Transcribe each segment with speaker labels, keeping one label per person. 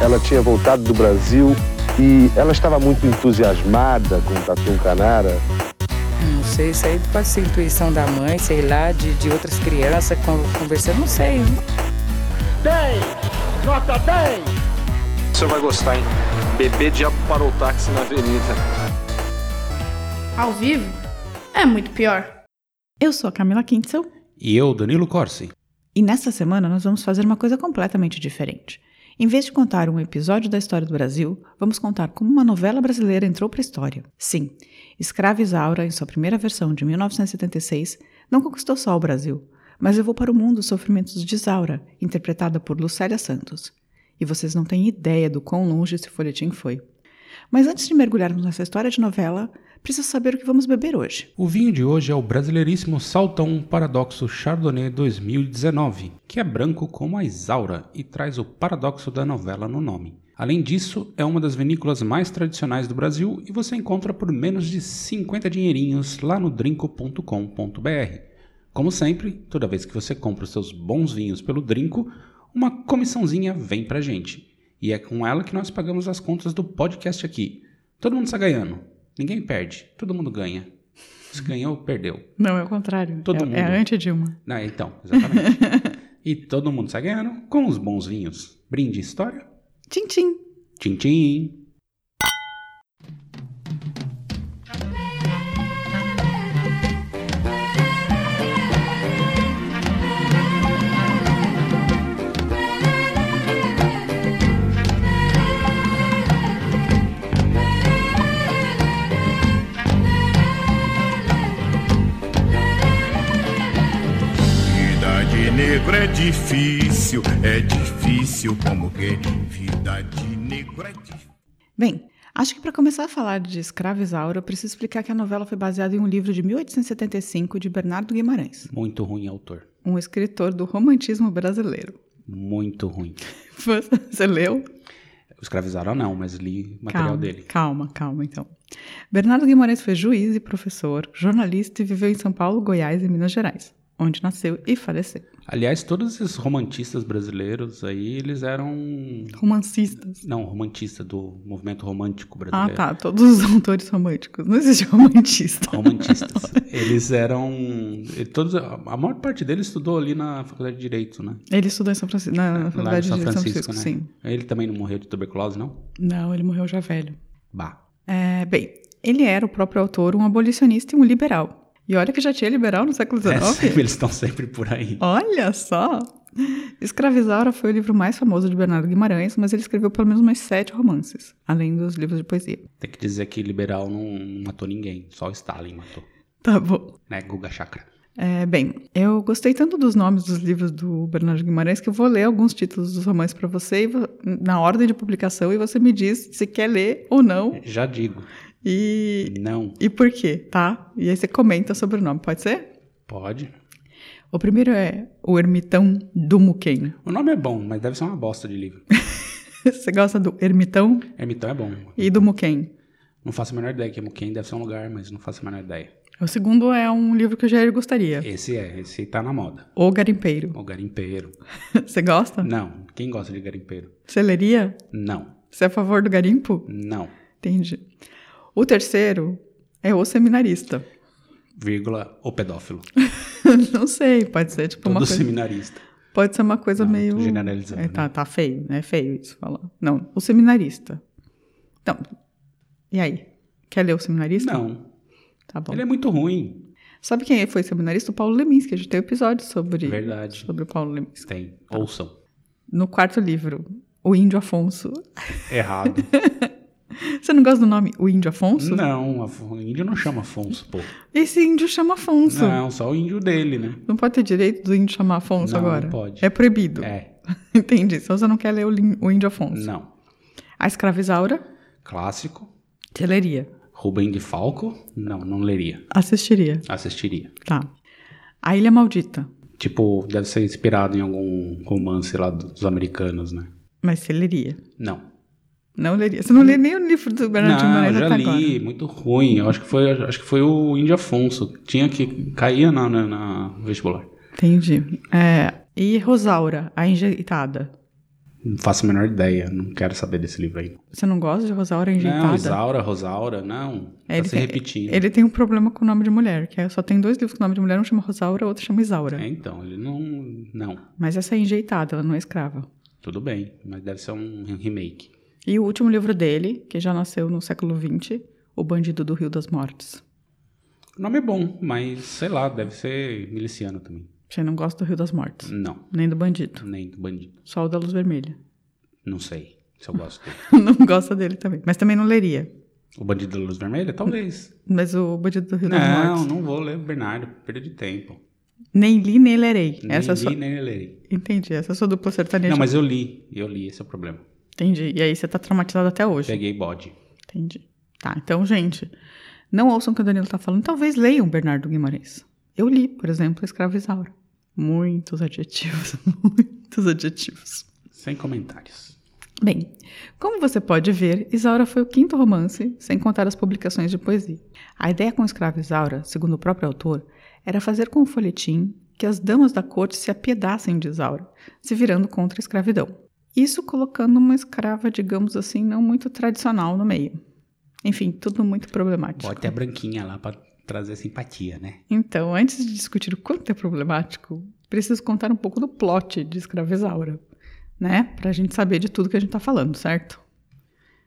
Speaker 1: Ela tinha voltado do Brasil e ela estava muito entusiasmada com o Tatu Canara.
Speaker 2: Não sei, isso aí pode ser intuição da mãe, sei lá, de, de outras crianças con- conversando, não sei.
Speaker 3: 10, nota 10.
Speaker 4: Você vai gostar, hein? Bebê diabo para o táxi na avenida.
Speaker 5: Ao vivo é muito pior.
Speaker 6: Eu sou a Camila Kintzel
Speaker 7: E eu, Danilo Corsi.
Speaker 6: e nesta semana nós vamos fazer uma coisa completamente diferente. Em vez de contar um episódio da história do Brasil, vamos contar como uma novela brasileira entrou para a história. Sim, Escrava Isaura, em sua primeira versão de 1976, não conquistou só o Brasil, mas levou para o mundo os sofrimentos de Isaura, interpretada por Lucélia Santos. E vocês não têm ideia do quão longe esse folhetim foi. Mas antes de mergulharmos nessa história de novela, preciso saber o que vamos beber hoje.
Speaker 7: O vinho de hoje é o brasileiríssimo Saltão Paradoxo Chardonnay 2019, que é branco como a Isaura e traz o paradoxo da novela no nome. Além disso, é uma das vinícolas mais tradicionais do Brasil e você encontra por menos de 50 dinheirinhos lá no drinco.com.br. Como sempre, toda vez que você compra os seus bons vinhos pelo Drinco, uma comissãozinha vem pra gente. E é com ela que nós pagamos as contas do podcast aqui. Todo mundo está ganhando. Ninguém perde. Todo mundo ganha. Se ganhou, perdeu.
Speaker 6: Não, é o contrário.
Speaker 7: Todo
Speaker 6: é,
Speaker 7: mundo.
Speaker 6: é a anti-Dilma.
Speaker 7: Não, então, exatamente. e todo mundo sai ganhando com os bons vinhos. Brinde história.
Speaker 6: Tchim, tchim.
Speaker 7: Tchim, tchim.
Speaker 8: Vida de negro é difícil, é difícil como que vida de negro é difícil.
Speaker 6: Bem, acho que para começar a falar de Escrava Isaura, eu preciso explicar que a novela foi baseada em um livro de 1875 de Bernardo Guimarães,
Speaker 7: Muito ruim, autor.
Speaker 6: um escritor do romantismo brasileiro.
Speaker 7: Muito ruim.
Speaker 6: Você leu?
Speaker 7: Escravizaram não, mas li o material
Speaker 6: calma,
Speaker 7: dele.
Speaker 6: Calma, calma, então. Bernardo Guimarães foi juiz e professor, jornalista e viveu em São Paulo, Goiás e Minas Gerais, onde nasceu e faleceu.
Speaker 7: Aliás, todos esses romantistas brasileiros aí, eles eram...
Speaker 6: Romancistas.
Speaker 7: Não, romantista do movimento
Speaker 6: Ah,
Speaker 7: romântico brasileiro.
Speaker 6: tá. Todos os autores românticos. Não existe romantista.
Speaker 7: Romantistas. Eles eram. Todos, a maior parte deles estudou ali na faculdade de Direito, né?
Speaker 6: Ele estudou em São Francisco,
Speaker 7: Lá
Speaker 6: na
Speaker 7: em
Speaker 6: faculdade
Speaker 7: São
Speaker 6: de
Speaker 7: Francisco,
Speaker 6: São Francisco,
Speaker 7: né?
Speaker 6: sim.
Speaker 7: Ele também não morreu de tuberculose, não?
Speaker 6: Não, ele morreu já velho.
Speaker 7: Bah.
Speaker 6: É, bem, ele era o próprio autor, um abolicionista e um liberal. E olha que já tinha liberal no século
Speaker 7: É,
Speaker 6: XIX.
Speaker 7: sempre- eles estão sempre por aí.
Speaker 6: Olha só! Escravizaura foi o livro mais famoso de Bernardo Guimarães, mas ele escreveu pelo menos mais sete romances, além dos livros de poesia.
Speaker 7: Tem que dizer que liberal não matou ninguém, só o Stalin matou.
Speaker 6: Tá bom.
Speaker 7: Né? Guga Chakra.
Speaker 6: É, bem, eu gostei tanto dos nomes dos livros do Bernardo Guimarães que eu vou ler alguns títulos dos romances pra você e vo- na ordem de publicação e você me diz se quer ler ou não
Speaker 7: Já digo,
Speaker 6: e,
Speaker 7: não.
Speaker 6: e por quê, tá? E aí você comenta sobre o nome, pode ser?
Speaker 7: Pode.
Speaker 6: O primeiro é O Ermitão do Muquem.
Speaker 7: O nome é bom, mas deve ser uma bosta de livro.
Speaker 6: Você gosta do Ermitão
Speaker 7: Ermitão é bom.
Speaker 6: e do Muquem?
Speaker 7: Não faço a menor ideia que é Muquem, deve ser um lugar, mas não faço a menor ideia.
Speaker 6: O segundo é um livro que o Jair gostaria.
Speaker 7: Esse é, esse tá na moda.
Speaker 6: O Garimpeiro.
Speaker 7: O garimpeiro.
Speaker 6: Você gosta?
Speaker 7: Não. Quem gosta de garimpeiro?
Speaker 6: Você leria?
Speaker 7: Não.
Speaker 6: Você é a favor do garimpo?
Speaker 7: Não.
Speaker 6: Entendi. O terceiro é O Seminarista.
Speaker 7: Vírgula, o pedófilo.
Speaker 6: Não sei, pode ser tipo
Speaker 7: Todo
Speaker 6: uma coisa...
Speaker 7: seminarista.
Speaker 6: Pode ser uma coisa
Speaker 7: Não,
Speaker 6: meio...
Speaker 7: tô generalizando,
Speaker 6: É, tá,
Speaker 7: né?
Speaker 6: tá feio, é feio isso falar. Não, O Seminarista. Então, e aí? Quer ler O Seminarista?
Speaker 7: Não.
Speaker 6: Tá bom.
Speaker 7: Ele é muito ruim.
Speaker 6: Sabe quem foi seminarista? O Paulo Leminski. A gente tem um episódio sobre,
Speaker 7: Verdade.
Speaker 6: sobre o Paulo Leminski.
Speaker 7: Tem. Ouçam.
Speaker 6: No quarto livro, O Índio Afonso.
Speaker 7: Errado.
Speaker 6: Você não gosta do nome O Índio Afonso?
Speaker 7: não, Af- o índio não chama Afonso, pô.
Speaker 6: Esse índio chama Afonso. Não.
Speaker 7: Não, só o índio dele, né?
Speaker 6: pode ter direito do índio chamar Afonso
Speaker 7: Não,
Speaker 6: agora?
Speaker 7: não pode.
Speaker 6: É proibido.
Speaker 7: É.
Speaker 6: Entendi. Então você não quer ler o, lin- o Índio Afonso.
Speaker 7: Não.
Speaker 6: A Escravizaura?
Speaker 7: Clássico.
Speaker 6: Você leria.
Speaker 7: Rubem de Falco? Não, não leria.
Speaker 6: Assistiria.
Speaker 7: Assistiria.
Speaker 6: Tá. A Ilha Maldita.
Speaker 7: Tipo, deve ser inspirado em algum romance lá dos americanos, né?
Speaker 6: Mas você leria.
Speaker 7: Não.
Speaker 6: Não leria. Você não lê nem o livro do Bernardo de
Speaker 7: não,
Speaker 6: Guimarães
Speaker 7: já
Speaker 6: até
Speaker 7: li,
Speaker 6: agora.
Speaker 7: muito ruim. Eu acho que foi, acho que foi o Índio Afonso. Tinha que caía na, na, na vestibular.
Speaker 6: Entendi. É, e Rosaura, a Enjeitada.
Speaker 7: Não faço a menor ideia, não quero saber desse livro aí.
Speaker 6: Você não gosta de Rosaura Enjeitada?
Speaker 7: Não, Isaura, Rosaura, não.
Speaker 6: É,
Speaker 7: tá
Speaker 6: ele
Speaker 7: se
Speaker 6: tem-
Speaker 7: repetindo.
Speaker 6: Ele tem um problema com o nome de mulher, que é- só tem dois livros com o nome de mulher, um chama Rosaura, outro chama Isaura.
Speaker 7: É, então, ele não. Não,
Speaker 6: Mas essa é enjeitada, ela não é escrava.
Speaker 7: tudo bem, mas deve ser um remake.
Speaker 6: E o último livro dele, que já nasceu no século XX, O Bandido do Rio das Mortes.
Speaker 7: O nome é bom, mas sei lá, deve ser miliciano também.
Speaker 6: Você não gosta do Rio das Mortes,
Speaker 7: Não,
Speaker 6: nem do bandido,
Speaker 7: nem do bandido.
Speaker 6: só o da Luz Vermelha.
Speaker 7: Não sei se eu gosto dele.
Speaker 6: não gosta dele também, mas também não leria.
Speaker 7: O Bandido da Luz Vermelha? Talvez.
Speaker 6: Mas o Bandido do Rio das
Speaker 7: não,
Speaker 6: Mortes,
Speaker 7: não vou ler o Bernardo, perda de tempo.
Speaker 6: nem li nem lerei.
Speaker 7: Nem
Speaker 6: Essa é a
Speaker 7: li,
Speaker 6: sua-
Speaker 7: nem lerei.
Speaker 6: Entendi, essa é a sua dupla sertaneja.
Speaker 7: Não, mas eu li, eu li, esse é o problema.
Speaker 6: Entendi, e aí você tá traumatizado até hoje.
Speaker 7: Peguei bode.
Speaker 6: Entendi. Tá, então, gente, não ouçam o que o Danilo tá falando. Talvez leiam Bernardo Guimarães. Eu li, por exemplo, A Escrava Isaura. Muitos adjetivos, muitos adjetivos.
Speaker 7: Sem comentários.
Speaker 6: Bem, como você pode ver, Isaura foi o quinto romance, sem contar as publicações de poesia. A ideia com o escravo Isaura, segundo o próprio autor, era fazer com o folhetim que as damas da corte se apiedassem de Isaura, se virando contra a escravidão. Isso colocando uma escrava, digamos assim, não muito tradicional no meio. Enfim, tudo muito problemático.
Speaker 7: Bota a branquinha lá pra trazer simpatia, né?
Speaker 6: Então, antes de discutir o quanto é problemático, preciso contar um pouco do plot de Escrava Isaura, né? Pra gente saber de tudo que a gente tá falando, certo?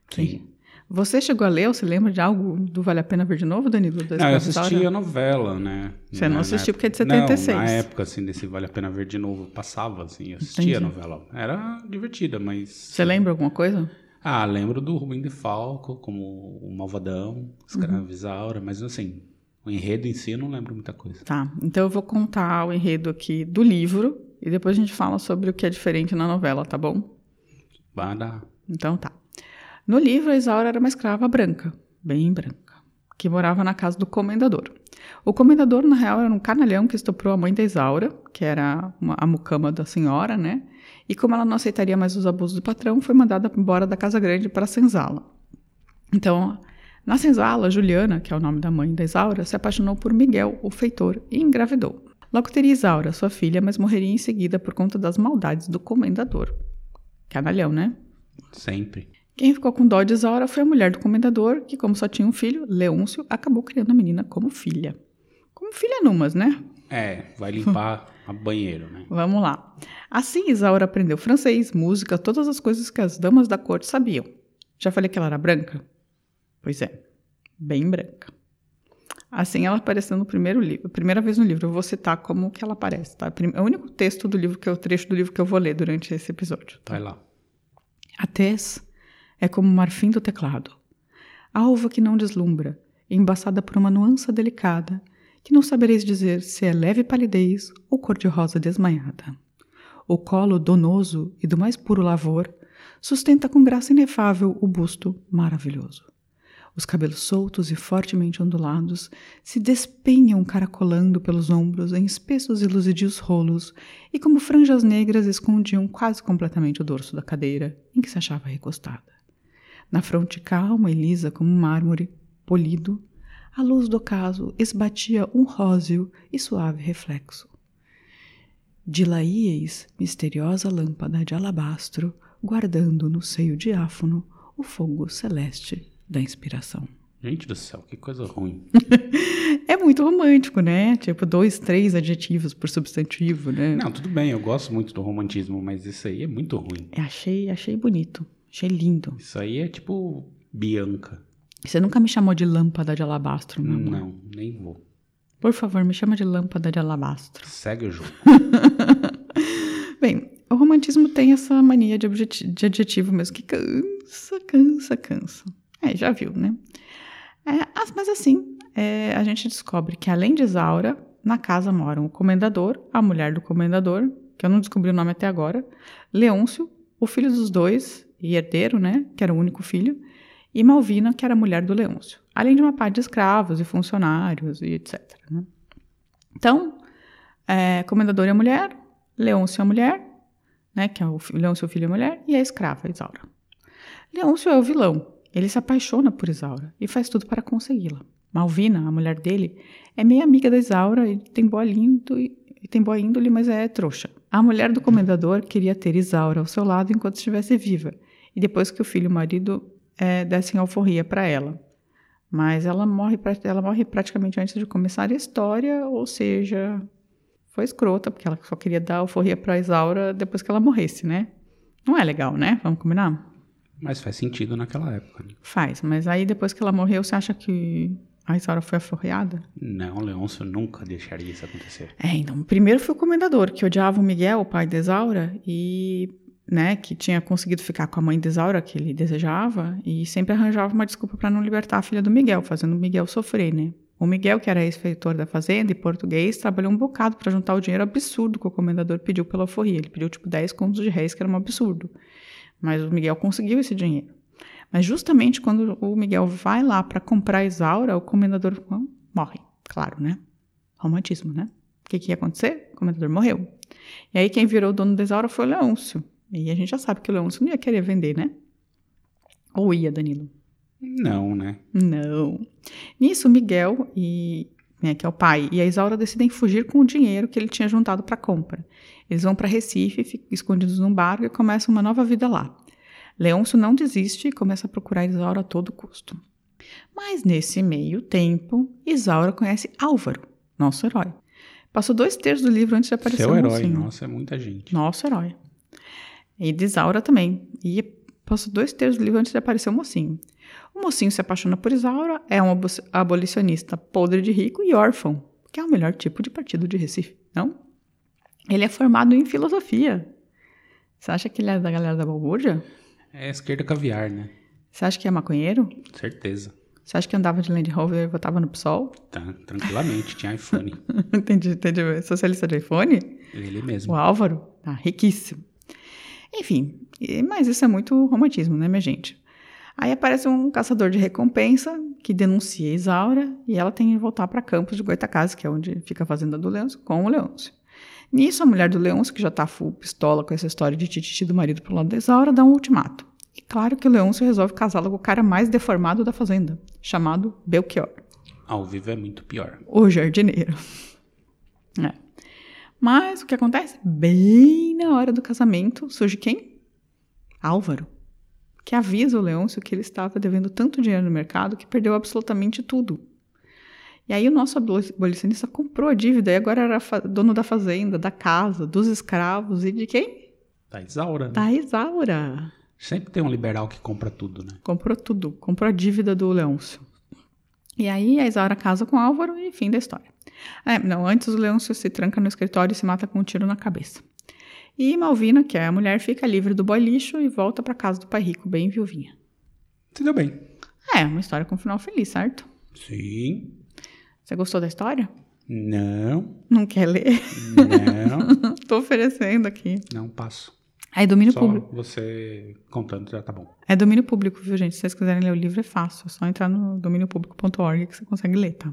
Speaker 7: Sim.
Speaker 6: Você chegou a ler ou se lembra de algo do Vale a Pena Ver de Novo, Danilo? Da
Speaker 7: Não, Ah, eu
Speaker 6: Escrava Isaura?
Speaker 7: assisti a novela, né?
Speaker 6: Você não
Speaker 7: Na- na
Speaker 6: assistiu porque é de
Speaker 7: época-
Speaker 6: 76.
Speaker 7: Não, na época, assim, desse Vale a Pena Ver de Novo, passava, assim, eu assistia a
Speaker 6: Entendi.
Speaker 7: novela. Era divertida, mas...
Speaker 6: Você lembra alguma coisa?
Speaker 7: Ah, lembro do Rubem de Falco, como o Malvadão, Escravo Isaura, mas assim, o enredo em si eu não lembro muita coisa.
Speaker 6: Tá, então eu vou contar o enredo aqui do livro e depois a gente fala sobre o que é diferente na novela, tá bom?
Speaker 7: Bada,
Speaker 6: Então tá. No livro, a Isaura era uma escrava branca, bem branca, que morava na casa do comendador. O comendador, na real, era um canalhão que estuprou a mãe da Isaura, que era uma- a mucama da senhora, né? E como ela não aceitaria mais os abusos do patrão, foi mandada embora da Casa Grande para a senzala. Então, na senzala, Juliana, que é o nome da mãe da Isaura, se apaixonou por Miguel, o feitor, e engravidou. Logo teria Isaura, sua filha, mas morreria em seguida por conta das maldades do comendador. Canalhão, né?
Speaker 7: sempre.
Speaker 6: Quem ficou com dó de Isaura foi a mulher do comendador, que, como só tinha um filho, Leôncio, acabou criando a menina como filha. Como filha numas, né?
Speaker 7: É, vai limpar a banheiro, né?
Speaker 6: Vamos lá. Assim, Isaura aprendeu francês, música, todas as coisas que as damas da corte sabiam. Já falei que ela era branca? Pois é, bem branca. Assim ela apareceu no primeiro livro, primeira vez no livro. Eu vou citar como que ela aparece, tá? Prim- É o único texto do livro que é o trecho do livro que eu vou ler durante esse episódio.
Speaker 7: Vai lá.
Speaker 6: A tez é como o marfim do teclado. Alva que não deslumbra, embaçada por uma nuança delicada, que não sabereis dizer se é leve palidez ou cor-de-rosa desmanhada. O colo donoso e do mais puro lavor sustenta com graça inefável o busto maravilhoso. Os cabelos soltos e fortemente ondulados se despenham caracolando pelos ombros em espessos e luzidios rolos, e como franjas negras escondiam quase completamente o dorso da cadeira em que se achava recostada. Na fronte calma e lisa como um mármore, polido, a luz do ocaso esbatia um róseo e suave reflexo. Dilaíeis misteriosa lâmpada de alabastro, guardando no seio diáfano o fogo celeste da inspiração.
Speaker 7: Gente do céu, que coisa ruim.
Speaker 6: É muito romântico, né? Tipo, dois, três adjetivos por substantivo, né?
Speaker 7: Não, tudo bem, eu gosto muito do romantismo, mas isso aí é muito ruim.
Speaker 6: Eu Achei, achei bonito. Achei lindo.
Speaker 7: Isso aí é tipo Bianca.
Speaker 6: Você nunca me chamou de lâmpada de alabastro, meu amor.
Speaker 7: Não, nem vou.
Speaker 6: Por favor, me chama de lâmpada de alabastro.
Speaker 7: Segue o jogo.
Speaker 6: Bem, o romantismo tem essa mania de, objeti- de adjetivo mesmo, que cansa, cansa, cansa. É, já viu, né? É, as- mas assim, é, a gente descobre que além de Isaura, na casa moram o comendador, a mulher do comendador, que eu não descobri o nome até agora, Leôncio, o filho dos dois e herdeiro, né, que era o único filho, e Malvina, que era a mulher do Leôncio. Além de uma parte de escravos e funcionários e etc. né? Então, é, comendador é mulher, Leôncio é mulher, né, que é o fi- Leôncio é o filho é mulher, e a escrava, Isaura. Leôncio é o vilão. Ele se apaixona por Isaura e faz tudo para consegui-la. Malvina, a mulher dele, é meio amiga da Isaura e tem boa, lindo, e tem boa índole, mas é trouxa. A mulher do comendador queria ter Isaura ao seu lado enquanto estivesse viva, e depois que o filho e o marido eh, dessem alforria para ela. Mas ela morre, pra- ela morre praticamente antes de começar a história, ou seja, foi escrota, porque ela só queria dar alforria para Isaura depois que ela morresse, né? Não é legal, né? Vamos combinar?
Speaker 7: Mas faz sentido naquela época. né?
Speaker 6: Faz, mas aí depois que ela morreu, você acha que a Isaura foi alforriada?
Speaker 7: Não, Leôncio nunca deixaria isso acontecer.
Speaker 6: É, então, primeiro foi o comendador, que odiava o Miguel, o pai de Isaura, e, né, que tinha conseguido ficar com a mãe de Isaura, que ele desejava, e sempre arranjava uma desculpa para não libertar a filha do Miguel, fazendo o Miguel sofrer, né? O Miguel, que era ex-feitor da fazenda e português, trabalhou um bocado para juntar o dinheiro absurdo que o comendador pediu pela alforria. Ele pediu, tipo, 10 contos de réis, que era um absurdo. Mas o Miguel conseguiu esse dinheiro. Mas justamente quando o Miguel vai lá para comprar a Isaura, o comendador hum, morre, claro, né? Romantismo, né? O que, que ia acontecer? O comendador morreu. E aí quem virou o dono da Isaura foi o Leôncio. E a gente já sabe que o Leôncio não ia querer vender, né? Ou ia, Danilo?
Speaker 7: Não, né?
Speaker 6: Não. Nisso, o Miguel, e, né, que é o pai, e a Isaura decidem fugir com o dinheiro que ele tinha juntado para compra. Eles vão para Recife, ficam escondidos num barco e começam uma nova vida lá. Leôncio não desiste e começa a procurar Isaura a todo custo. Mas nesse meio tempo, Isaura conhece Álvaro, nosso herói. Passou dois terços do livro antes de aparecer
Speaker 7: Seu
Speaker 6: o
Speaker 7: herói,
Speaker 6: mocinho.
Speaker 7: nossa, é muita gente.
Speaker 6: Nosso herói. E de Isaura também. E passou dois terços do livro antes de aparecer o mocinho. O mocinho se apaixona por Isaura, é um abo- abolicionista podre de rico e órfão, que é o melhor tipo de partido de Recife, não? Ele é formado em filosofia. Você acha que ele é da galera da balbúrdia?
Speaker 7: É esquerda caviar, né?
Speaker 6: Você acha que é maconheiro?
Speaker 7: Certeza.
Speaker 6: Você acha que andava de Land Rover e votava no PSOL?
Speaker 7: Tá, tranquilamente, tinha iPhone.
Speaker 6: entendi, entendi. Socialista de iPhone?
Speaker 7: Ele mesmo.
Speaker 6: O Álvaro, tá riquíssimo. Enfim, e- mas isso é muito romantismo, né, minha gente? Aí aparece um caçador de recompensa que denuncia Isaura e ela tem que voltar para Campos de Goitacazes, que é onde fica a fazenda do Leôncio, com o Leôncio. Nisso, a mulher do Leôncio, que já tá full pistola com essa história de tititi do marido pro lado da Isaura, dá um ultimato. E claro que o Leôncio resolve casá-la com o cara mais deformado da fazenda, chamado Belchior
Speaker 7: Ao vivo é muito pior.
Speaker 6: o jardineiro. É. Mas o que acontece? Bem na hora do casamento, surge quem? Álvaro, que avisa o Leôncio que ele estava devendo tanto dinheiro no mercado que perdeu absolutamente tudo. E aí o nosso aboli- abolicionista comprou a dívida e agora era fa- dono da fazenda, da casa, dos escravos e de quem?
Speaker 7: Tá Isaura, né?
Speaker 6: Da Isaura.
Speaker 7: Sempre tem um liberal que compra tudo, né?
Speaker 6: Comprou tudo. Comprou a dívida do Leôncio. E aí a Isaura casa com o Álvaro e fim da história. É, não, antes o Leôncio se tranca no escritório e se mata com um tiro na cabeça. E Malvina, que é a mulher, fica livre do boy lixo e volta pra casa do pai rico, bem viuvinha.
Speaker 7: Tudo bem.
Speaker 6: É, uma história com final feliz, certo?
Speaker 7: Sim.
Speaker 6: Você gostou da história?
Speaker 7: Não.
Speaker 6: Não quer ler?
Speaker 7: Não.
Speaker 6: Tô oferecendo aqui.
Speaker 7: não passo.
Speaker 6: É domínio
Speaker 7: Só
Speaker 6: público.
Speaker 7: você contando já tá bom.
Speaker 6: É domínio público, viu, gente? Se vocês quiserem ler o livro, é fácil. É só entrar no domíniopublico.org que você consegue ler, tá?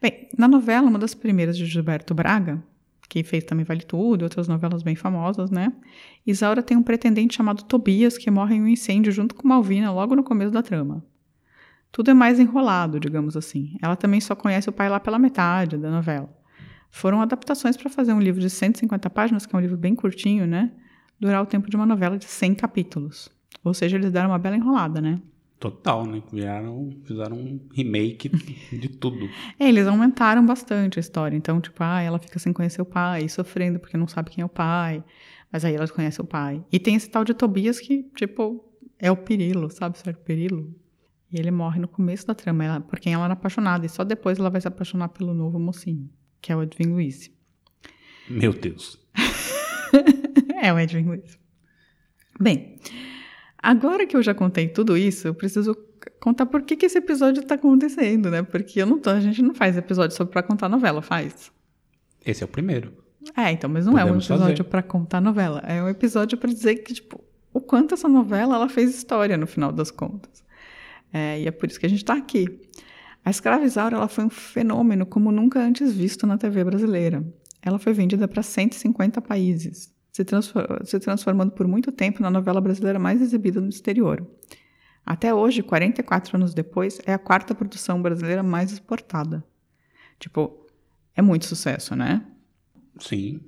Speaker 6: Bem, na novela, uma das primeiras de Gilberto Braga, que fez também Vale Tudo, outras novelas bem famosas, né? Isaura tem um pretendente chamado Tobias que morre em um incêndio junto com Malvina logo no começo da trama. Tudo é mais enrolado, digamos assim. Ela também só conhece o pai lá pela metade da novela. Foram adaptações para fazer um livro de 150 páginas, que é um livro bem curtinho, né? Durar o tempo de uma novela de 100 capítulos. Ou seja, eles deram uma bela enrolada, né?
Speaker 7: Total, né? Viraram, fizeram um remake de tudo.
Speaker 6: É, eles aumentaram bastante a história. Então, tipo, ah, ela fica sem conhecer o pai, sofrendo porque não sabe quem é o pai. Mas aí ela conhece o pai. E tem esse tal de Tobias que, tipo, é o Perilo, sabe? Só o Perilo. E ele morre no começo da trama, ela, por quem ela era apaixonada. E só depois ela vai se apaixonar pelo novo mocinho, que é o Edwin Luiz.
Speaker 7: Meu Deus.
Speaker 6: É o Edwin Luiz. Bem, agora que eu já contei tudo isso, eu preciso c- contar por que, que esse episódio está acontecendo, né? Porque eu não tô- a gente não faz episódio só para contar novela, faz?
Speaker 7: Esse é o primeiro.
Speaker 6: É, então, mas não
Speaker 7: Podemos
Speaker 6: é um episódio
Speaker 7: fazer.
Speaker 6: para contar novela. É um episódio para dizer que, tipo, o quanto essa novela ela fez história no final das contas. É, e é por isso que a gente está aqui. A Escrava Isaura ela foi um fenômeno como nunca antes visto na TV brasileira. Ela foi vendida para 150 países, se, transfor- se transformando por muito tempo na novela brasileira mais exibida no exterior. Até hoje, 44 anos depois, é a quarta produção brasileira mais exportada. Tipo, é muito sucesso, né?
Speaker 7: Sim.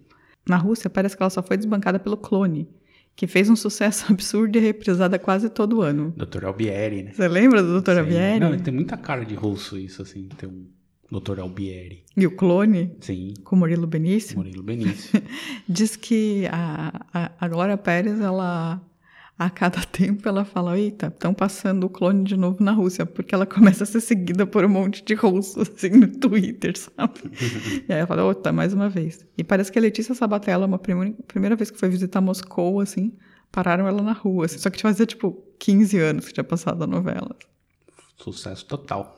Speaker 6: Na Rússia, parece que ela só foi desbancada pelo clone, que fez um sucesso absurdo e é reprisada quase todo ano.
Speaker 7: Dr. Albieri, né?
Speaker 6: Você lembra do Dr. Avieri?
Speaker 7: Não, tem muita cara de russo isso, assim, tem um Dr. Albieri.
Speaker 6: E o clone,
Speaker 7: Sim,
Speaker 6: com Murilo Benício,
Speaker 7: Murilo Benício.
Speaker 6: diz que a, a, a Glória Pérez, ela... A cada tempo ela fala, eita, estão passando o clone de novo na Rússia, porque ela começa a ser seguida por um monte de russos, assim, no Twitter, sabe? e aí ela fala, outra, mais uma vez. E parece que a Letícia Sabatella, uma primeira, primeira vez que foi visitar Moscou, assim, pararam ela na rua, assim, só que fazia, tipo, 15 anos que tinha passado a novela. assim.
Speaker 7: Sucesso total.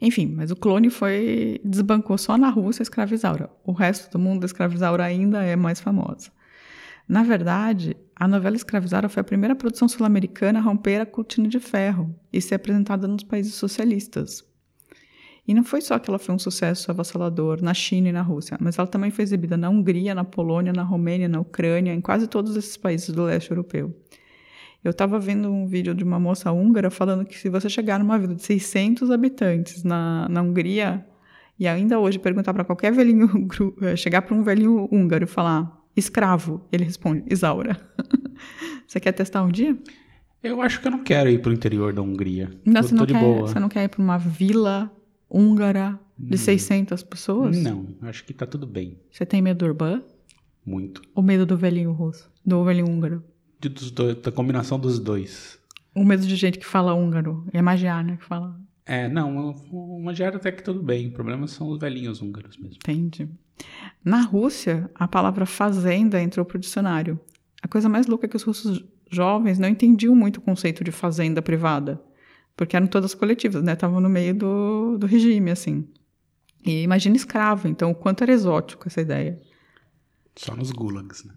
Speaker 6: Enfim, mas o clone foi desbancou só na Rússia a escravizaura. O resto do mundo, a escravizaura ainda é mais famosa. Na verdade, a novela Escravizaura foi a primeira produção sul-americana a romper a cortina de ferro e ser apresentada nos países socialistas. E não foi só que ela foi um sucesso avassalador na China e na Rússia, mas ela também foi exibida na Hungria, na Polônia, na Romênia, na Ucrânia, em quase todos esses países do leste europeu. Eu estava vendo um vídeo de uma moça húngara falando que se você chegar numa vila de 600 habitantes na, na Hungria, e ainda hoje perguntar para qualquer velhinho, húngaro, eh, chegar para um velhinho húngaro e falar escravo, ele responde Isaura. você quer testar um dia?
Speaker 7: Eu acho que eu não quero ir pro interior da Hungria.
Speaker 6: Não,
Speaker 7: eu
Speaker 6: você
Speaker 7: tô
Speaker 6: não,
Speaker 7: de
Speaker 6: quer,
Speaker 7: boa. Hum.
Speaker 6: você não quer ir para uma vila húngara de 600 pessoas?
Speaker 7: Não, acho que tá tudo bem.
Speaker 6: Você tem medo do urbano
Speaker 7: Muito.
Speaker 6: ou medo do velhinho russo? Do velhinho húngaro?
Speaker 7: De- dos dois- da combinação dos dois.
Speaker 6: O medo de gente que fala húngaro. É magiar, né? Que fala.
Speaker 7: É, não, uma diária até que tudo bem. O problema são os velhinhos húngaros mesmo.
Speaker 6: Entendi. Na Rússia, a palavra fazenda entrou para o dicionário. A coisa mais louca é que os russos jovens não entendiam muito o conceito de fazenda privada, porque eram todas coletivas, né? Estavam no meio do, do regime, assim. E imagina escravo, então o quanto era exótico essa ideia.
Speaker 7: Só nos gulags, né?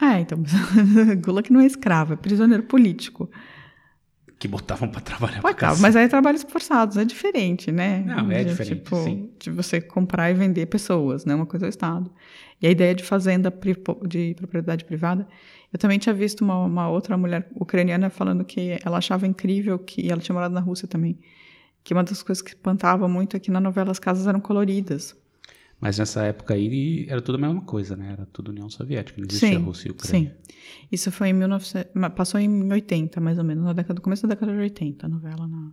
Speaker 6: Ah, então, Gulag não é escravo, é prisioneiro político.
Speaker 7: Que botavam pra trabalhar
Speaker 6: Pode,
Speaker 7: pra
Speaker 6: tá, mas aí é trabalhos forçados, é diferente, né?
Speaker 7: Não, é diferente,
Speaker 6: Tipo,
Speaker 7: sim.
Speaker 6: de você comprar e vender pessoas, né? Uma coisa é o Estado. E a ideia de fazenda pri- de propriedade privada. Eu também tinha visto uma, uma outra mulher ucraniana falando que ela achava incrível que e ela tinha morado na Rússia também. Que uma das coisas que espantava muito é que na novela as casas eram coloridas.
Speaker 7: Mas nessa época aí era tudo a mesma coisa, né? Era tudo União Soviética, não existia Rússia e Ucrânia.
Speaker 6: Sim. Isso foi em 1900, ma- passou em 80, mais ou menos, na década, no começo da década de 80, a novela na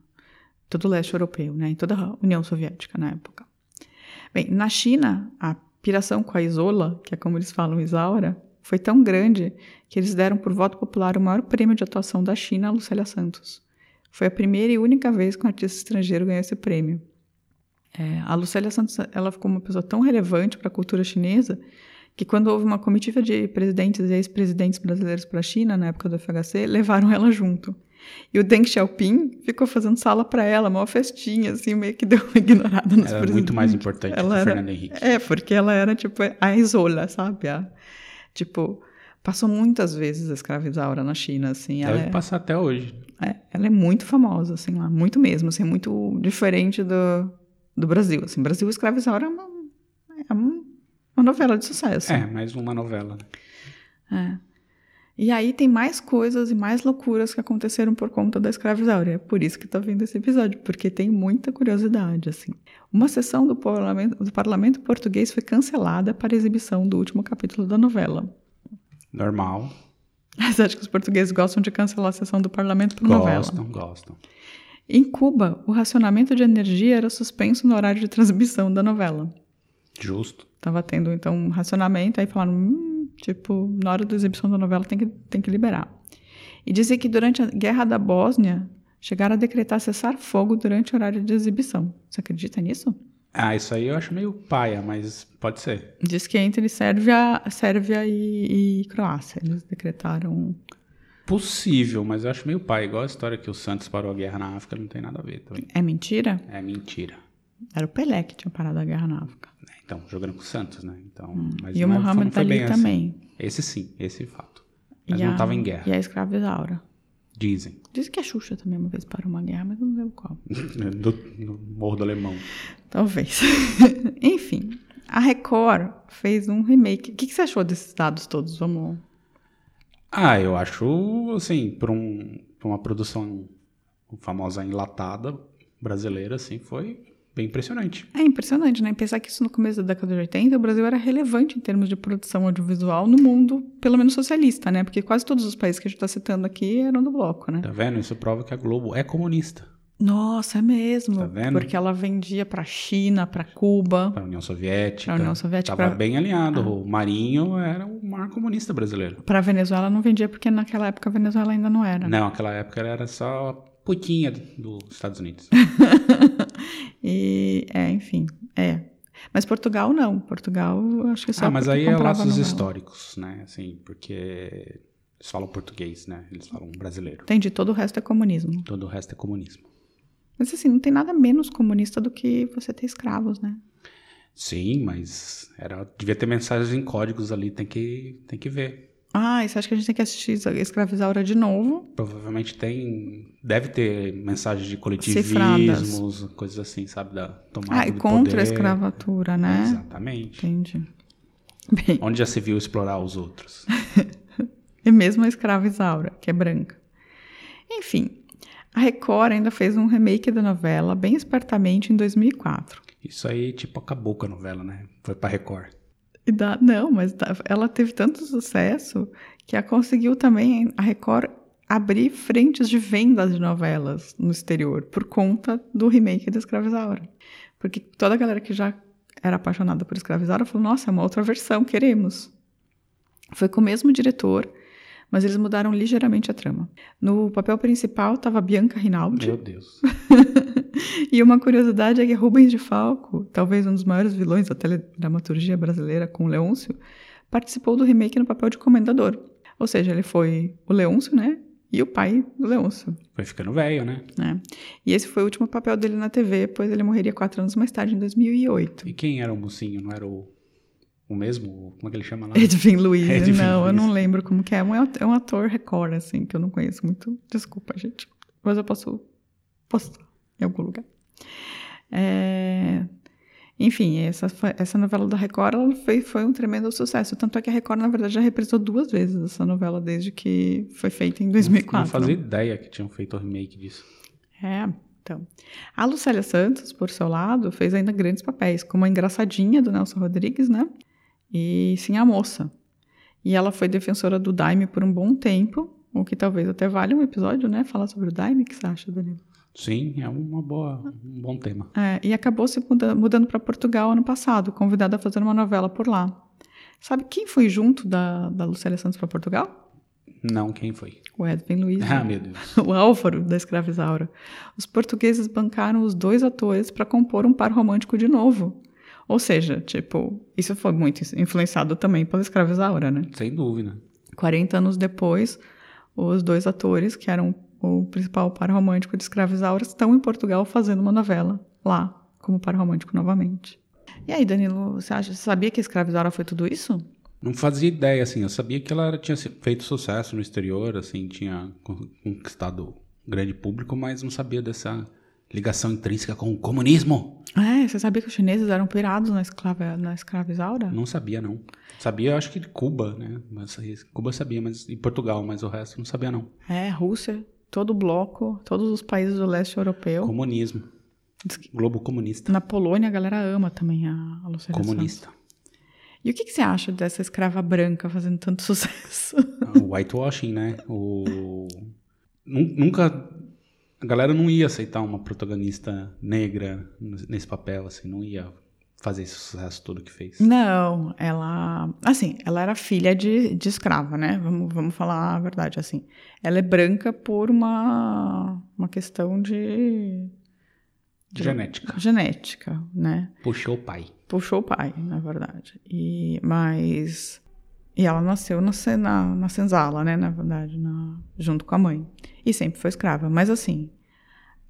Speaker 6: todo o leste europeu, né, em toda a União Soviética na época. Bem, na China, a piração com a Isola, que é como eles falam Isaura, foi tão grande que eles deram por voto popular o maior prêmio de atuação da China a Lucélia Santos. Foi a primeira e única vez que um artista estrangeiro ganhou esse prêmio. É, a Lucélia Santos ela ficou uma pessoa tão relevante para a cultura chinesa que quando houve uma comitiva de presidentes e ex-presidentes brasileiros para a China na época do FHC, levaram ela junto. E o Deng Xiaoping ficou fazendo sala para ela, uma festinha, assim, meio que deu uma ignorada nos
Speaker 7: Era
Speaker 6: presidentes.
Speaker 7: muito mais importante que
Speaker 6: Ela
Speaker 7: o
Speaker 6: era-
Speaker 7: Fernando Henrique.
Speaker 6: É, porque ela era tipo a isola, sabe? A- tipo, passou muitas vezes a escravizaura na China, assim. Ela
Speaker 7: Deve
Speaker 6: é,
Speaker 7: passar até hoje.
Speaker 6: é, ela é muito famosa, assim, lá, muito mesmo, assim, muito diferente do, do Brasil. Assim, Brasil escravizaura é uma, é um- uma novela de sucesso.
Speaker 7: É, mais uma novela. né?
Speaker 6: É. E aí tem mais coisas e mais loucuras que aconteceram por conta da escravizaura. É por isso que tá vindo esse episódio, porque tem muita curiosidade, assim. Uma sessão do parlamento, do parlamento português foi cancelada para exibição do último capítulo da novela.
Speaker 7: Normal.
Speaker 6: Mas acho que os portugueses gostam de cancelar a sessão do parlamento por novela.
Speaker 7: Gostam, gostam.
Speaker 6: Em Cuba, o racionamento de energia era suspenso no horário de transmissão da novela.
Speaker 7: Justo.
Speaker 6: Tava tendo, então, um racionamento, aí falaram, hum, tipo, na hora da exibição da novela tem que, tem que liberar. E dizia que durante a Guerra da Bósnia, chegaram a decretar cessar fogo durante o horário de exibição. Você acredita nisso?
Speaker 7: Ah, isso aí eu acho meio paia, mas pode ser.
Speaker 6: Diz que entre Sérvia, Sérvia e, e Croácia, eles decretaram...
Speaker 7: Possível, mas eu acho meio paia. Igual a história que o Santos parou a guerra na África, não tem nada a ver também.
Speaker 6: É mentira?
Speaker 7: É mentira.
Speaker 6: Era o Pelé que tinha parado a guerra na África.
Speaker 7: É, Então, jogando com o Santos, né? Então, mas
Speaker 6: Hum. e o
Speaker 7: não é-
Speaker 6: Mohamed tá Ali
Speaker 7: assim.
Speaker 6: também.
Speaker 7: Esse sim, esse fato. Mas
Speaker 6: E
Speaker 7: não
Speaker 6: a-
Speaker 7: tava em guerra.
Speaker 6: E a escrava Isaura.
Speaker 7: Dizem.
Speaker 6: Diz que a Xuxa também uma vez parou uma guerra, mas eu não lembro qual.
Speaker 7: Hum. Do, no Morro do Alemão.
Speaker 6: Talvez. Enfim, a Record fez um remake. O que, que você achou desses dados todos? Vamos.
Speaker 7: Ah, eu acho, assim, pra, um, pra uma produção famosa enlatada brasileira, assim, foi Bem impressionante.
Speaker 6: É impressionante, né? Pensar que isso no começo da década de 80, o Brasil era relevante em termos de produção audiovisual no mundo, pelo menos socialista, né? Porque quase todos os países que a gente está citando aqui eram do bloco, né?
Speaker 7: Tá vendo? Isso prova que a Globo é comunista.
Speaker 6: Nossa, é mesmo.
Speaker 7: Tá vendo?
Speaker 6: Porque ela vendia pra China, pra Cuba.
Speaker 7: Pra União Soviética.
Speaker 6: Pra União Soviética,
Speaker 7: Tava
Speaker 6: É tipo pra- Ah.
Speaker 7: bem alinhado. O Marinho era o maior comunista brasileiro.
Speaker 6: Pra Venezuela não vendia porque naquela época a Venezuela ainda não era. né?
Speaker 7: Não, naquela época ela era só putinha do- dos Estados Unidos.
Speaker 6: E, é, enfim, é. Mas Portugal não. Portugal, acho que só
Speaker 7: ah, mas
Speaker 6: porque
Speaker 7: aí é
Speaker 6: comprava
Speaker 7: laços
Speaker 6: novela.
Speaker 7: históricos, né? Assim, porque eles falam português, né? Eles falam brasileiro.
Speaker 6: Entendi, todo o resto é comunismo.
Speaker 7: Todo o resto é comunismo.
Speaker 6: Mas assim, não tem nada menos comunista do que você ter escravos, né?
Speaker 7: Sim, mas era, devia ter mensagens em códigos ali, tem que, tem que ver.
Speaker 6: Ah, e você acha que a gente tem que assistir Isa- Escravizaura de novo?
Speaker 7: Provavelmente tem. Deve ter mensagens de coletivismos,
Speaker 6: Cifradas.
Speaker 7: coisas assim, sabe? Da tomada
Speaker 6: Ah, e
Speaker 7: do
Speaker 6: contra a
Speaker 7: poder.
Speaker 6: escravatura, né?
Speaker 7: Exatamente.
Speaker 6: Entendi. Bem,
Speaker 7: Onde já se viu explorar os outros?
Speaker 6: e mesmo a escravizaura, que é branca. Enfim, a Record ainda fez um remake da novela, bem espertamente, em 2004.
Speaker 7: Isso aí, tipo, acabou com a novela, né? Foi pra Record.
Speaker 6: E dá- não, mas dá- ela teve tanto sucesso que ela conseguiu também, a Record, abrir frentes de vendas de novelas no exterior por conta do remake da Escravizaura. Porque toda a galera que já era apaixonada por Escravizaura falou: nossa, é uma outra versão, queremos. Foi com o mesmo diretor, mas eles mudaram ligeiramente a trama. No papel principal estava Bianca Rinaldi.
Speaker 7: Meu Deus.
Speaker 6: E uma curiosidade é que Rubens de Falco, talvez um dos maiores vilões da teledramaturgia brasileira com Leôncio, participou do remake no papel de comendador. Ou seja, ele foi o Leôncio, né? E o pai do Leôncio,
Speaker 7: Foi ficando velho, né?
Speaker 6: né? E esse foi o último papel dele na TV, pois ele morreria quatro anos mais tarde, em 2008.
Speaker 7: E quem era o mocinho? Não era o, o mesmo? Como é que ele chama lá?
Speaker 6: Edvin Luiz,
Speaker 7: Edwin
Speaker 6: não, eu
Speaker 7: Luiz.
Speaker 6: não lembro como que é. É um- É um ator record, assim, que eu não conheço muito. Desculpa, gente. Mas eu posso postar em algum lugar. É, Enfim, essa, foi- essa novela da Record ela foi, foi um tremendo sucesso. Tanto é que a Record, na verdade, já reprisou duas vezes essa novela desde que foi feita em 2004.
Speaker 7: Não fazia ideia que tinham feito o remake disso.
Speaker 6: É, então. A Lucélia Santos, por seu lado, fez ainda grandes papéis, como a engraçadinha do Nelson Rodrigues, né? E sim a moça. E ela foi defensora do Daime por um bom tempo, o que talvez até valha um episódio, né? Falar sobre o Daime, o que você acha, Danilo?
Speaker 7: Sim, é uma boa, um bom tema.
Speaker 6: É, e acabou se muda- mudando para Portugal ano passado, convidada a fazer uma novela por lá. Sabe quem foi junto da, da Lucélia Santos para Portugal?
Speaker 7: Não, quem foi?
Speaker 6: O Edwin Luiz. né?
Speaker 7: Ah, meu Deus.
Speaker 6: o Álvaro da escravizaura. Os portugueses bancaram os dois atores para compor um par romântico de novo. Ou seja, tipo, isso foi muito influenciado também pela escravizaura, né?
Speaker 7: Sem dúvida.
Speaker 6: 40 anos depois, os dois atores, que eram o principal par romântico de escravizaura, estão em Portugal fazendo uma novela lá, como par romântico novamente. E aí, Danilo, você acha, você sabia que a escravizaura foi tudo isso?
Speaker 7: Não fazia ideia, assim. Eu sabia que ela era- tinha se- feito sucesso no exterior, assim, tinha con- conquistado grande público, mas não sabia dessa ligação intrínseca com o comunismo.
Speaker 6: É, você sabia que os chineses eram pirados na, escrava, na escravizaura?
Speaker 7: Não sabia, não. Sabia, acho que de Cuba, né? Mas, Cuba sabia, mas e Portugal, mas o resto não sabia, não.
Speaker 6: É, Rússia, todo o bloco, todos os países do leste europeu.
Speaker 7: Comunismo.
Speaker 6: Diz que-
Speaker 7: Globo comunista.
Speaker 6: Na Polônia, a galera ama também a a Lucélia
Speaker 7: Comunista.
Speaker 6: Santos. E o que, que você acha dessa escrava branca fazendo tanto sucesso?
Speaker 7: O whitewashing, né? O... Nun- Nunca. A galera não ia aceitar uma protagonista negra n- nesse papel, assim, não ia fazer esse sucesso todo que fez.
Speaker 6: Né? Não, ela. Assim, ela era filha de, de escrava, né? Vamos, vamos falar a verdade, assim. Ela é branca por uma, uma questão de
Speaker 7: Genética.
Speaker 6: genética, né?
Speaker 7: Puxou o pai.
Speaker 6: puxou o pai, na verdade. E mas e ela nasceu na, sen- na, na senzala, né, na verdade, na- junto com a mãe. E sempre foi escrava, mas assim,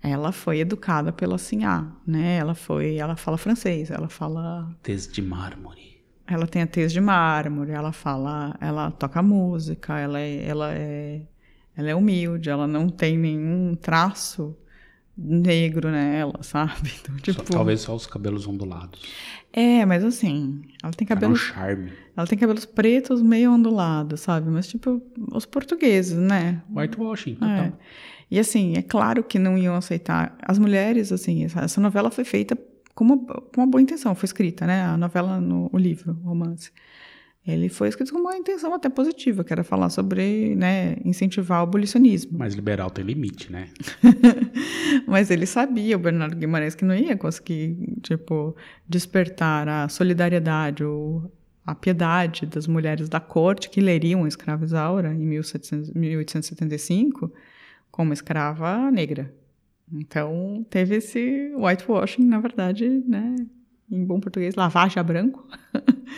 Speaker 6: ela foi educada pela Sinhá, né? Ela foi, ela fala francês, ela fala,
Speaker 7: Tez de mármore.
Speaker 6: ela tem a tez de mármore, ela fala, ela toca música, ela é, ela é, ela é humilde, ela não tem nenhum traço negro nela, sabe? Então,
Speaker 7: Só-
Speaker 6: tipo,
Speaker 7: talvez só os cabelos ondulados.
Speaker 6: é, mas assim, ela tem
Speaker 7: Cabelo... Era um
Speaker 6: cabelo
Speaker 7: charme.
Speaker 6: ela tem cabelos pretos meio ondulados, sabe? Mas, tipo, os portugueses, né?
Speaker 7: Whitewashing,
Speaker 6: É.
Speaker 7: total.
Speaker 6: E, assim, é claro que não iam aceitar. As mulheres, assim, essa, essa novela foi feita com uma, com uma boa intenção, foi escrita, né? A novela, no, o livro, o romance. Ele foi escrito com uma intenção até positiva, que era falar sobre, né, incentivar o abolicionismo.
Speaker 7: Mas liberal tem limite, né?
Speaker 6: Mas ele sabia, o Bernardo Guimarães, que não ia conseguir, tipo, despertar a solidariedade ou a piedade das mulheres da corte que leriam a escrava Isaura em 1700 1875 como escrava negra. Então, teve esse whitewashing, na verdade, né, em bom português, lavagem a branco,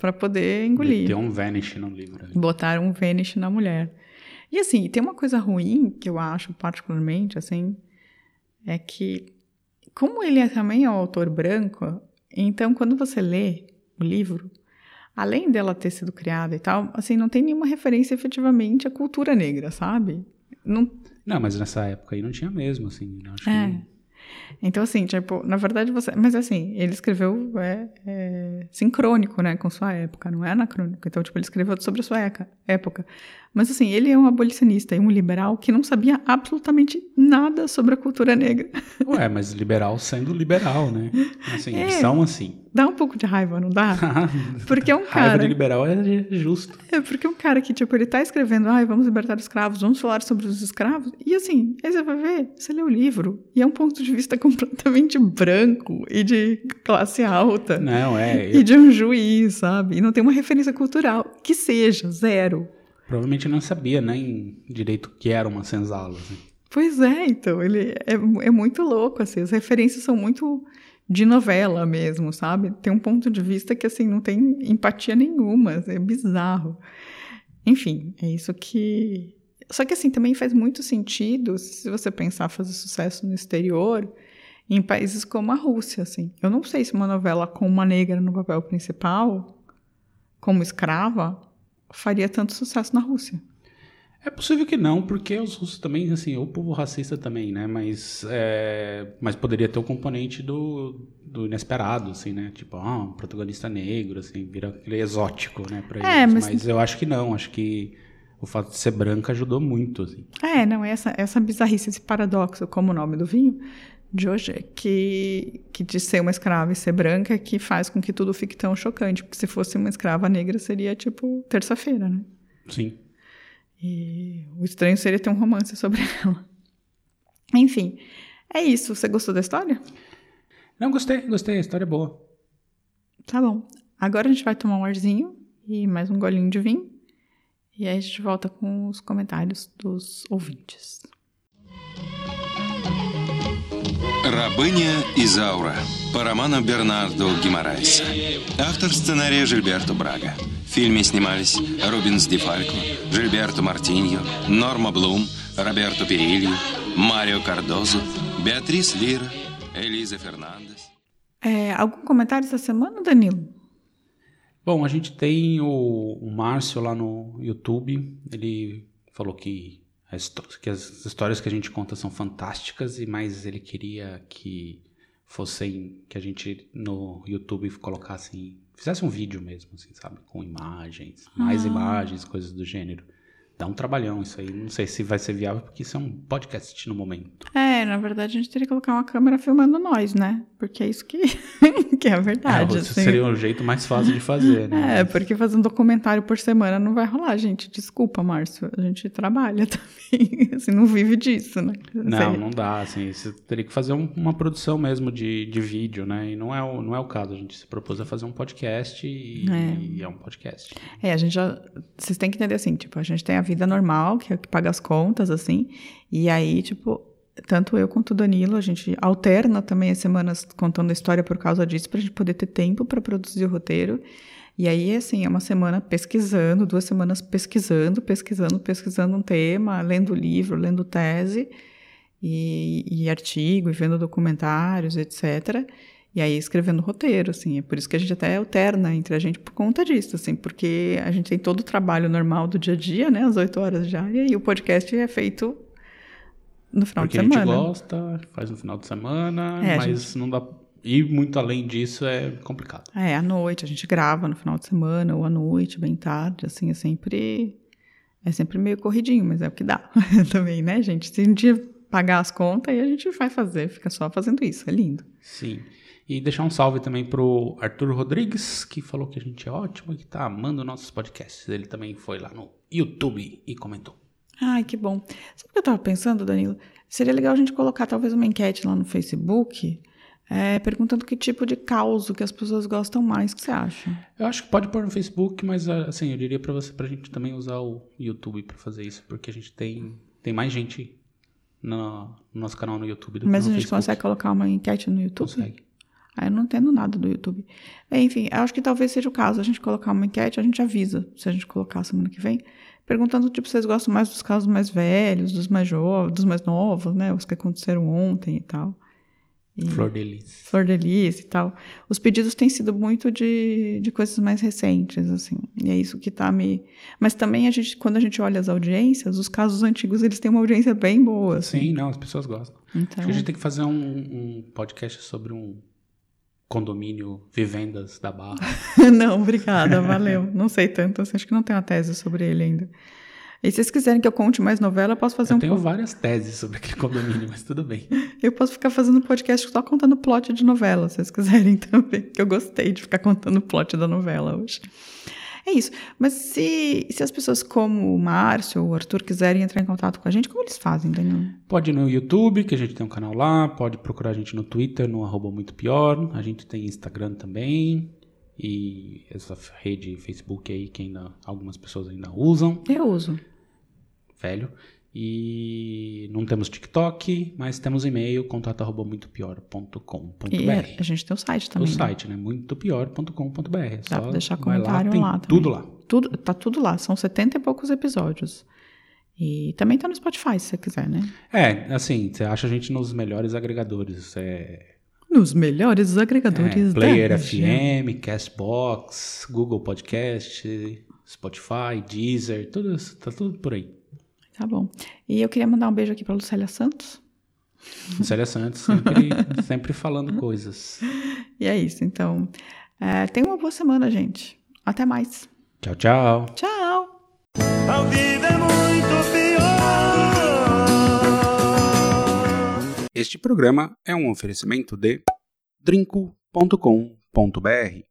Speaker 6: para poder engolir.
Speaker 7: Tem um vanish no livro. ali.
Speaker 6: Botaram um Vanish na mulher. E assim, tem uma coisa ruim que eu acho particularmente, assim, é que como ele é também é um autor branco, então quando você lê o livro, além dela ter sido criada e tal, assim, não tem nenhuma referência efetivamente à cultura negra, sabe? Não
Speaker 7: Não, mas nessa época aí não tinha mesmo, assim. não, Acho
Speaker 6: é.
Speaker 7: que
Speaker 6: Então, assim, tipo, na verdade você. Mas assim, ele escreveu é, é, sincrônico, né, com sua época, não é anacrônico. Então, tipo, ele escreveu sobre a sua eca- época. Mas assim, ele é um abolicionista e um liberal que não sabia absolutamente nada sobre a cultura negra.
Speaker 7: não... Ué, mas liberal sendo liberal, né? Assim, eles
Speaker 6: É.
Speaker 7: são assim. Ah,
Speaker 6: Dá um pouco de raiva, não dá? Porque é um
Speaker 7: Raiva de
Speaker 6: cara.
Speaker 7: liberal é justo.
Speaker 6: É porque é um cara que, tipo, ele tá escrevendo, ai, vamos libertar os escravos, vamos falar sobre os escravos. E assim, aí você vai ver, você lê o livro, e é um ponto de vista completamente branco e de classe alta.
Speaker 7: Não, é.
Speaker 6: E de um juiz, sabe? E não tem uma referência cultural que seja, zero.
Speaker 7: Provavelmente não sabia nem direito o que era uma senzala. assim.
Speaker 6: Pois é, então, ele é, mu- é muito louco, assim, as referências são muito de novela mesmo, sabe? Tem um ponto de vista que, assim, não tem empatia nenhuma, assim, é bizarro. Enfim, é isso que... Só que, assim, também faz muito sentido, se você pensar fazer sucesso no exterior, em países como a Rússia, assim. Eu não sei se uma novela com uma negra no papel principal, como escrava, faria tanto sucesso na Rússia.
Speaker 7: É possível que não, porque os russos também, assim, o povo racista também, né? Mas, é, mas poderia ter o componente do, do inesperado, assim, né? Tipo, ah, um protagonista negro, assim, vira aquele exótico, né? Pra
Speaker 6: É,
Speaker 7: eles.
Speaker 6: mas-
Speaker 7: eu acho que não, acho que o fato de ser branca ajudou muito, assim.
Speaker 6: É, não, essa, essa bizarrice, esse paradoxo, como o nome do vinho, de hoje, é que, que de ser uma escrava e ser branca, que faz com que tudo fique tão chocante, porque se fosse uma escrava negra, seria tipo terça-feira, né?
Speaker 7: Sim.
Speaker 6: E o estranho seria ter um romance sobre ela. Enfim, é isso. Você gostou da história?
Speaker 7: Não, gostei, gostei, a história é boa.
Speaker 6: Tá bom. Agora a gente vai tomar um arzinho e mais um golinho de vinho. E aí a gente volta com os comentários dos ouvintes.
Speaker 9: Рабыня Изаура по роману Бернардо Гимарайса. Автор сценария Жильберто Брага. В фильме снимались Рубинс Ди Фалько, Жильберто Мартиньо, Норма Блум, Роберто Перильо, Марио Кардозо, Беатрис Лира, Элиза Фернандес.
Speaker 6: É, algum comentário essa semana, Danilo?
Speaker 7: Bom, a gente tem o, o Márcio lá no YouTube. Ele falou que, a histó- que as histórias que a gente conta são fantásticas, e mas ele queria que fossem que a gente no YouTube colocasse, fizesse um vídeo mesmo, assim, sabe, com imagens, mais
Speaker 6: Ah.
Speaker 7: imagens, coisas do gênero. Dá um trabalhão isso aí. Não sei se vai ser viável porque isso é um podcast no momento.
Speaker 6: É, na verdade a gente teria que colocar uma câmera filmando nós, né? Porque é isso que, que é a verdade.
Speaker 7: É,
Speaker 6: assim.
Speaker 7: seria o jeito mais fácil de fazer, né?
Speaker 6: É, porque fazer um documentário por semana não vai rolar, gente. Desculpa, Márcio. A gente trabalha também. Assim, não vive disso, né?
Speaker 7: Não,
Speaker 6: Assim,
Speaker 7: não dá, assim, você teria que fazer um- uma produção mesmo de, de vídeo, né, e não é, o, não é o caso, a gente se propôs a fazer um podcast e
Speaker 6: É.
Speaker 7: e é, um podcast.
Speaker 6: É, a gente já. Vocês têm que entender assim, tipo, a gente tem a vida normal, que é o que paga as contas, assim. E aí, tipo, tanto eu quanto o Danilo, a gente alterna também as semanas contando a história por causa disso, pra gente poder ter tempo pra produzir o roteiro. E aí, assim, é uma semana pesquisando, duas semanas pesquisando, pesquisando, pesquisando um tema, lendo livro, lendo tese e, e artigo, e vendo documentários, etc. E aí escrevendo roteiro, assim, é por isso que a gente até alterna entre a gente por conta disso, assim, porque a gente tem todo o trabalho normal do dia a dia, né, as oito horas diárias, e o podcast é feito no final
Speaker 7: Porque
Speaker 6: de
Speaker 7: a gente
Speaker 6: semana. né?
Speaker 7: gosta, faz no final de semana,
Speaker 6: É, a
Speaker 7: mas não dá, ir muito além disso é complicado.
Speaker 6: É, à noite, a gente grava no final de semana ou à noite, bem tarde, assim, é sempre é sempre meio corridinho, mas é o que dá também, né, gente? Se um dia pagar as contas e a gente vai fazer, fica só fazendo isso, é lindo.
Speaker 7: Sim. E deixar um salve também pro Arthur Rodrigues, que falou que a gente é ótimo e que tá amando nossos podcasts. Ele também foi lá no YouTube e comentou.
Speaker 6: Ai, que bom. Sabe o que eu tava pensando, Danilo? Seria legal a gente colocar talvez uma enquete lá no Facebook, é, perguntando que tipo de causo que as pessoas gostam mais, o que você acha?
Speaker 7: Eu acho que pode pôr no Facebook, mas ah, assim, eu diria pra você pra gente também usar o YouTube pra fazer isso, porque a gente tem, tem mais gente no, no nosso canal no YouTube do
Speaker 6: Mas
Speaker 7: que
Speaker 6: a
Speaker 7: no
Speaker 6: gente
Speaker 7: Facebook.
Speaker 6: consegue colocar uma enquete no YouTube?
Speaker 7: Consegue.
Speaker 6: Ah, eu não entendo nada do YouTube. Bem, Enfim, eu acho que talvez seja o caso. A gente colocar uma enquete, a gente avisa se a gente colocar semana que vem, perguntando, tipo, vocês gostam mais dos casos mais velhos, dos mais jovens, dos mais novos, né? Os que aconteceram ontem e tal. E
Speaker 7: Flor Delis.
Speaker 6: Flor de Lis e tal. Os pedidos têm sido muito de, de coisas mais recentes, assim. E é isso que tá me... Mas também, a gente, quando a gente olha as audiências, os casos antigos, eles têm uma audiência bem boa, assim.
Speaker 7: Sim, não, as pessoas gostam.
Speaker 6: Então...
Speaker 7: Acho que a gente tem que fazer um, um podcast sobre um condomínio vivendas da Barra.
Speaker 6: não, obrigada, valeu. Não sei tanto, assim, acho que não tenho uma tese sobre ele ainda. E se vocês quiserem que eu conte mais novela, eu posso fazer
Speaker 7: Eu
Speaker 6: um.
Speaker 7: tenho várias teses sobre aquele condomínio, mas tudo bem.
Speaker 6: Eu posso ficar fazendo podcast só contando plot de novela, se vocês quiserem também. Que eu gostei de ficar contando plot da novela hoje. É isso. Mas se, se as pessoas como o Márcio ou o Arthur quiserem entrar em contato com a gente, como eles fazem, Danilo?
Speaker 7: Pode ir no YouTube, que a gente tem um canal lá. Pode procurar a gente no Twitter, no arroba muito pior. A gente tem Instagram também. E essa f- rede Facebook aí que ainda, algumas pessoas ainda usam,
Speaker 6: Eu uso.
Speaker 7: velho. E não temos TikTok, mas temos e-mail, contato arroba
Speaker 6: E
Speaker 7: muitopior.com.br.
Speaker 6: a gente tem o site
Speaker 7: o
Speaker 6: também. né?
Speaker 7: site, né? muitopior.com.br. É
Speaker 6: Dá pra
Speaker 7: só
Speaker 6: deixar
Speaker 7: vai lá,
Speaker 6: comentário
Speaker 7: tem
Speaker 6: lá também.
Speaker 7: tudo lá.
Speaker 6: Tudo, tá tudo lá. São 70 e poucos episódios. E também tá no Spotify, se você quiser, né?
Speaker 7: É, assim, você acha a gente nos melhores agregadores. É,
Speaker 6: Nos melhores agregadores
Speaker 7: é, Player
Speaker 6: da região.
Speaker 7: FM, Castbox, Google Podcast, Spotify, Deezer, tudo isso, tá tudo por aí.
Speaker 6: Tá bom. E eu queria mandar um beijo aqui pra Lucélia Santos.
Speaker 7: Célia Santos sempre, sempre falando coisas.
Speaker 6: E é isso. Então, é, tenha uma boa semana, gente. Até mais.
Speaker 7: Tchau, tchau.
Speaker 6: Tchau!
Speaker 3: A vida é muito pior.
Speaker 7: Este programa é um oferecimento de drinco.com.br.